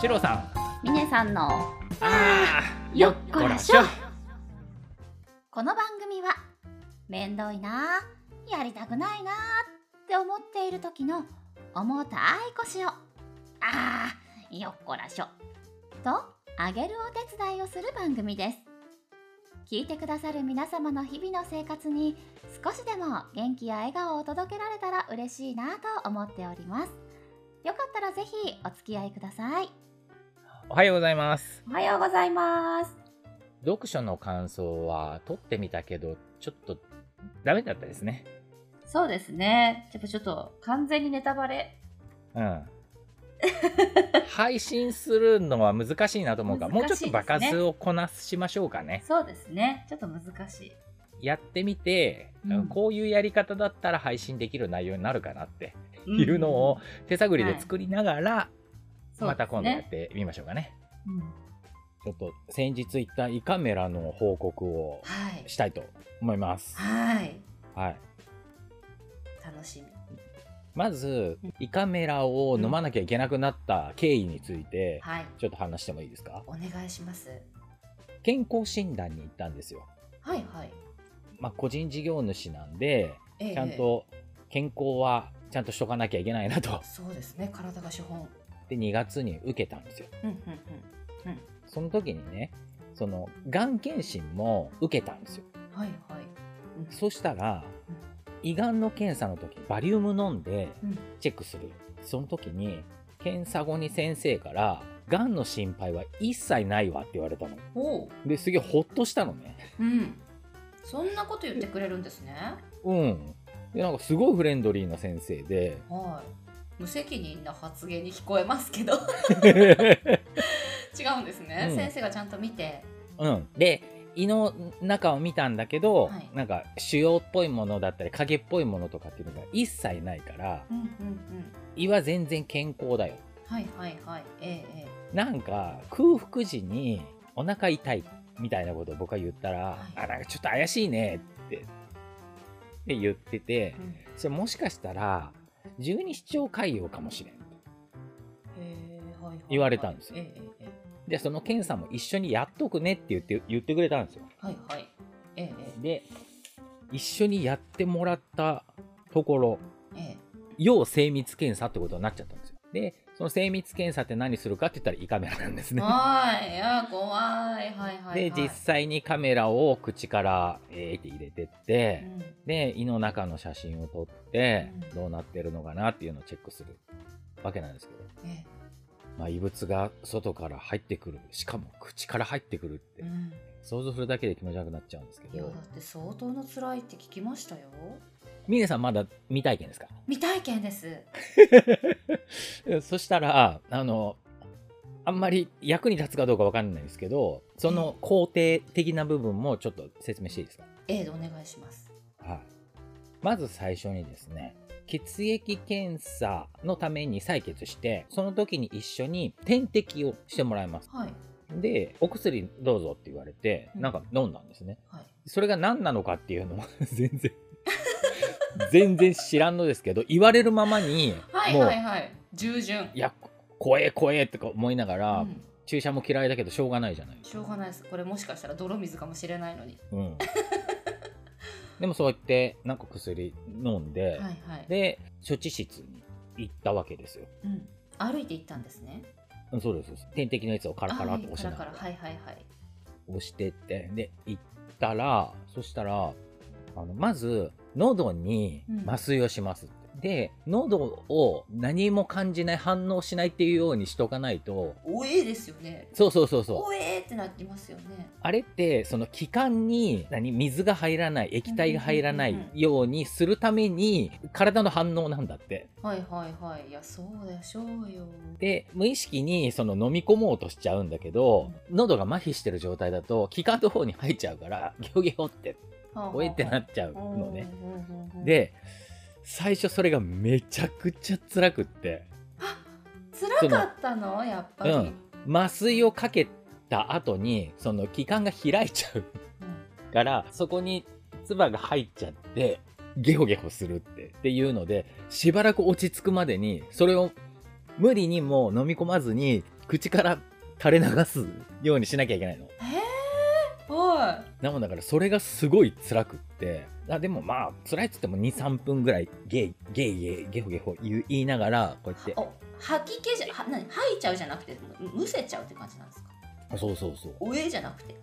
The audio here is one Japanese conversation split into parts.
シロさんミネさんのあーよっこらしょこの番組はめんどいなあやりたくないなあって思っている時の重たい腰をあーよっこらしょとあげるお手伝いをする番組です聞いてくださる皆様の日々の生活に少しでも元気や笑顔を届けられたら嬉しいなと思っておりますよかったらぜひお付き合いくださいおはようございますおはようございます読書の感想は撮ってみたけどちょっとダメだったですねそうですね。やっぱちょっと完全にネタバレ。うん 配信するのは難しいなと思うから、もう難ちしょいっですと場ね数をこなしましょうかねそうですね。ちょっと難しい。やってみて、うんこういうやり方だったら配信できる内容になるかなっていうのを手探りで作りながら、うん、また今度やそうっでてみましょうかねすうんちょっと先日行った胃カメラの報告をはい。したいと思います。はい。はい、楽しみ。まずうん胃カメラを飲まなきゃいけなくなった経緯について、はい。ちょっと話してもいいですかお願いします。健康診断に行ったんですよ。はいはい。まあ、個人事業主なんでええちゃん。と健康はちゃんとしとかなきゃいけないなと そうですね。体が資本。で2月に受けたんですよ。うんうんうん。その時にねそのがん検診も受けたんですよ。はいはい。うんそしたらうん胃がんの検査の時バリウム飲んでうんチェックする、その時に検査後に先生から「がんの心配は一切ないわ」って言われたのおう。ですげえほっとしたのねうん。そんなこと言ってくれるんですね。うんでなんかすごいフレンドリーな先生ではい。無責任な発言に聞こえます けど違うんですね、うん先生がちゃんと見てうんで胃の中を見たんだけど、はいなんか腫瘍っぽいものだったり影っぽいものとかっていうのが一切ないからうんうんうん胃は全然健康だよはいはいはいえええなんか空腹時にお腹痛いみたいなことを僕は言ったら、いあなんかちょっと怪しいねってって言っててえうんそれもしかしたら十二指腸潰瘍かもしれんへえはいはいはい言われたんですよええええでその検査も一緒にやっとくねって言って言ってくれたんですよはいはいええで一緒にやってもらったところええ要精密検査ってことになっちゃったんですよでその精密検査って何するかって言ったら胃カメラなんですええねはいいや怖いはいはいはでい実際にカメラを口から、えーって入れてって、うんで胃の中の写真を撮ってうんどうなってるのかなっていうのをチェックするわけなんですけど、えまあ、異物が外から入ってくるしかも口から入ってくるってえうん想像するだけで気持ち悪くなっちゃうんですけいやどだって相当の辛いって聞きましたよ峰さんまだ未体験ですか未体験ですそしたらあのあんまり役に立つかどうかわかんないんですけどその工程的な部分もちょっと説明していいですかええお願いしますはい、まず最初にですね血液検査のために採血してその時に一緒に点滴をしてもらいますはいでお薬どうぞって言われてうんなんか飲んだんですねはいそれが何なのかっていうのは 全然全然知らんのですけど言われるままにはいもう、はいはい従順いや怖え怖えとか思いながら、うん注射も嫌いだけどしょうがないじゃない、しょうがないですこれもしかしたら泥水かもしれないのにうん、 でもそうやってなんか薬飲んで、はいはいで処置室に行ったわけですようん歩いて行ったんですねうんそうですそうです点滴のやつをカラカラっと押しなあがはいらカラカラはいはいはい押してってで行ったらそしたらあのまず喉にうん麻酔をしますって、で喉を何も感じない反応しないっていうようにしとかないとおえですよねそうそうそうそうおえーってなってますよねあれってその気管に何水が入らない液体が入らなうんいうんうんようにするために体の反応なんだってはいはいはいいやそうでしょうよで無意識にその飲み込もうとしちゃうんだけど、喉が麻痺してる状態だと気管の方に入っちゃうからギョギョっておえってなっちゃうのね。でで最初それがめちゃくちゃ辛くって辛かったのやっぱり、うん麻酔をかけた後にその気管が開いちゃうからそこに唾が入っちゃってゲホゲホするってっていうのでしばらく落ち着くまでにそれを無理にもう飲み込まずに口から垂れ流すようにしなきゃいけないの。へえはなもんだからそれがすごい辛くってあでもまあ辛いっつっても23分ぐらいゲイゲイゲイゲホゲホ言う言いながらこうやっいてお吐き気じゃは何吐いちゃうじゃなくてむむせちゃうって感じなんですかあそうそうそうおえじゃなくて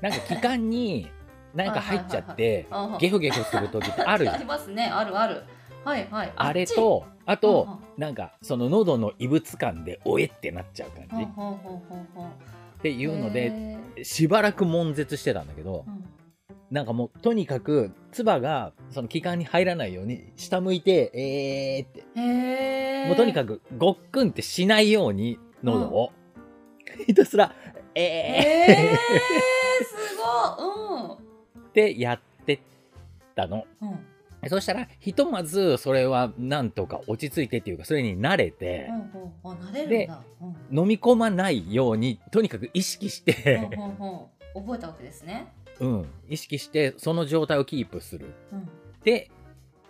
なんか気管に何か入っちゃってあはゲホゲホする時ってあるじゃあんりますねあるあるはいはいあれっちとあうんうんとなんかその喉の異物感でおえってなっちゃう感ほじんほんほんほんほんっていうのへでえしばらく悶絶してたんだけどうんなんかもうとにかく唾がその気管に入らないように下向いてえーってへえもうとにかくごっくんってしないように喉を、ひたすら「ええー、すごー」ってやってったの。いうんうんそしたらひとまずそれはなんとか落ち着いてっていうかそれに慣れて、うんうんあ慣れるんでだうん飲み込まないようにとにかく意識しうんて、うんうん覚えたわけですねうん、意識してその状態をキープする。うんで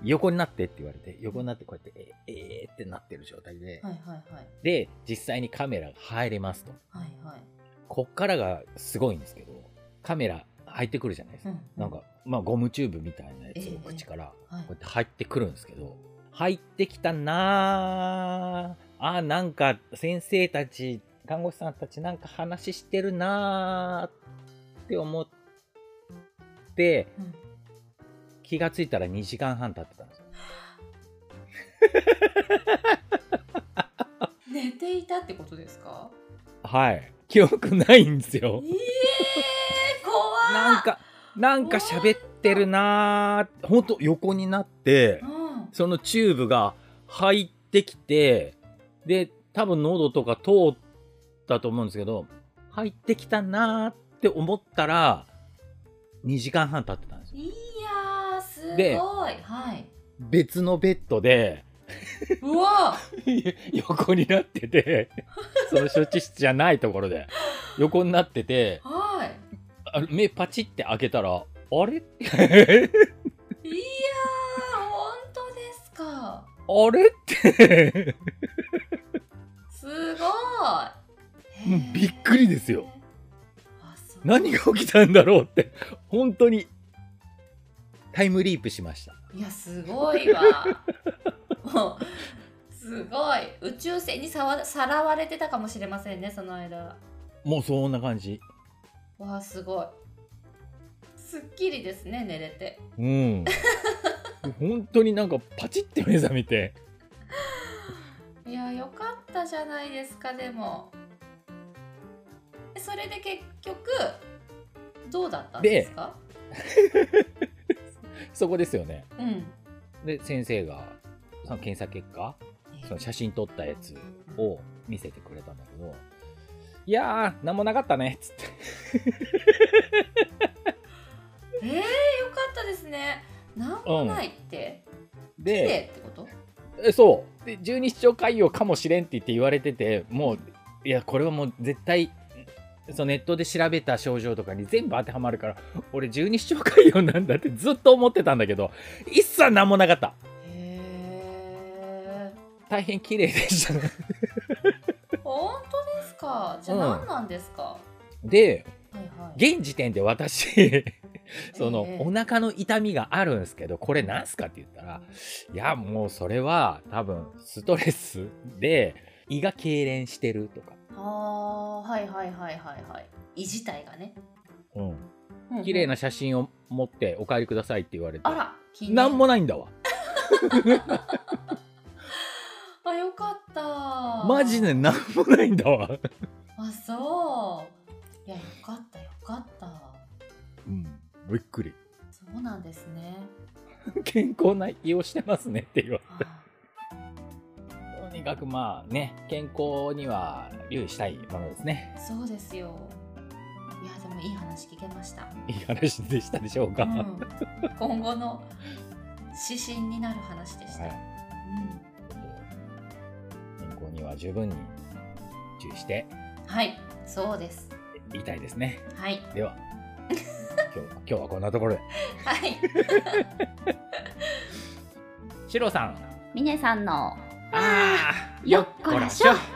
横になってって言われて横になってこうやって「えー、えーってなってる状態で、はいはいはいで実際にカメラが入れますと。はいはいこっからがすごいんですけどカメラ入ってくるじゃないですか。うんなんか、まあ、ゴムチューブみたいなやつええを口からはいこうやって入ってくるんですけど、入ってきたなーあーなんか先生たち看護師さんたちなんか話してるなーって思ってうん気がついたら2時間半経ってたんですよ寝ていたってことですかはい記憶ないんですよええ怖っなんかなんか喋ってるなーほんと横になってうんそのチューブが入ってきて、で、多分喉とか通ったと思うんですけど、入ってきたなーって思ったら、2時間半経ってたんですよ。いやーすごいではい別のベッドで、うわ 横になってて、その処置室じゃないところで、横になってて、はあ目パチって開けたら、あれあいいやー本当ですかれって、 すごいへーびっくりですよあそう何が起きたんだろうって、本当に、タイムリープしました。いやすごいわもうすごい宇宙船にさわさらわれてたかもしれませんねその間もうそんな感じ。わあすごいすっきりですね寝れてうん。 本当になんかパチって目覚めて。いやよかったじゃないですかでもそれで結局どうだったんですかそこですよね。うんで、先生が、その検査結果、その写真撮ったやつを見せてくれたんだけど、いやー、なんもなかったね、つって。えー、よかったですねなんもないって、綺で、麗ってことえそう。で、十二指腸潰瘍かもしれんって言って言われてて、もう、いや、これはもう絶対、そのネットで調べた症状とかに全部当てはまるから、俺十二指腸潰瘍なんだってずっと思ってたんだけど、一切なんもなかった。へえ大変綺麗でしたね。 本当ですかじゃあうん何なんですか、ではいはい現時点で 私その、ええお腹の痛みがあるんですけどこれなんすかって言ったらいやもうそれは多分ストレスで胃が痙攣してるとか、あーはいはいはいはいはい胃自体がねうん、うんうん綺麗な写真を持ってお帰りくださいって言われてあら気なんもないんだわあよかったマジでなんもないんだわ、あそういやよかったよかったうん、びっくりそうなんですね健康な胃をしてますねって言わあれとにかくまあね健康には留意したいものですねーそうですよいやでもいい話聞けました、いい話でしたでしょうか、うん、今後の指針になる話でした、はいうん健康には十分に注意してはいそうですいたいですね。はいで は今日は今日はこんなところで。 はいシロさん。ミネさんのああよっこらしょよっこらしょ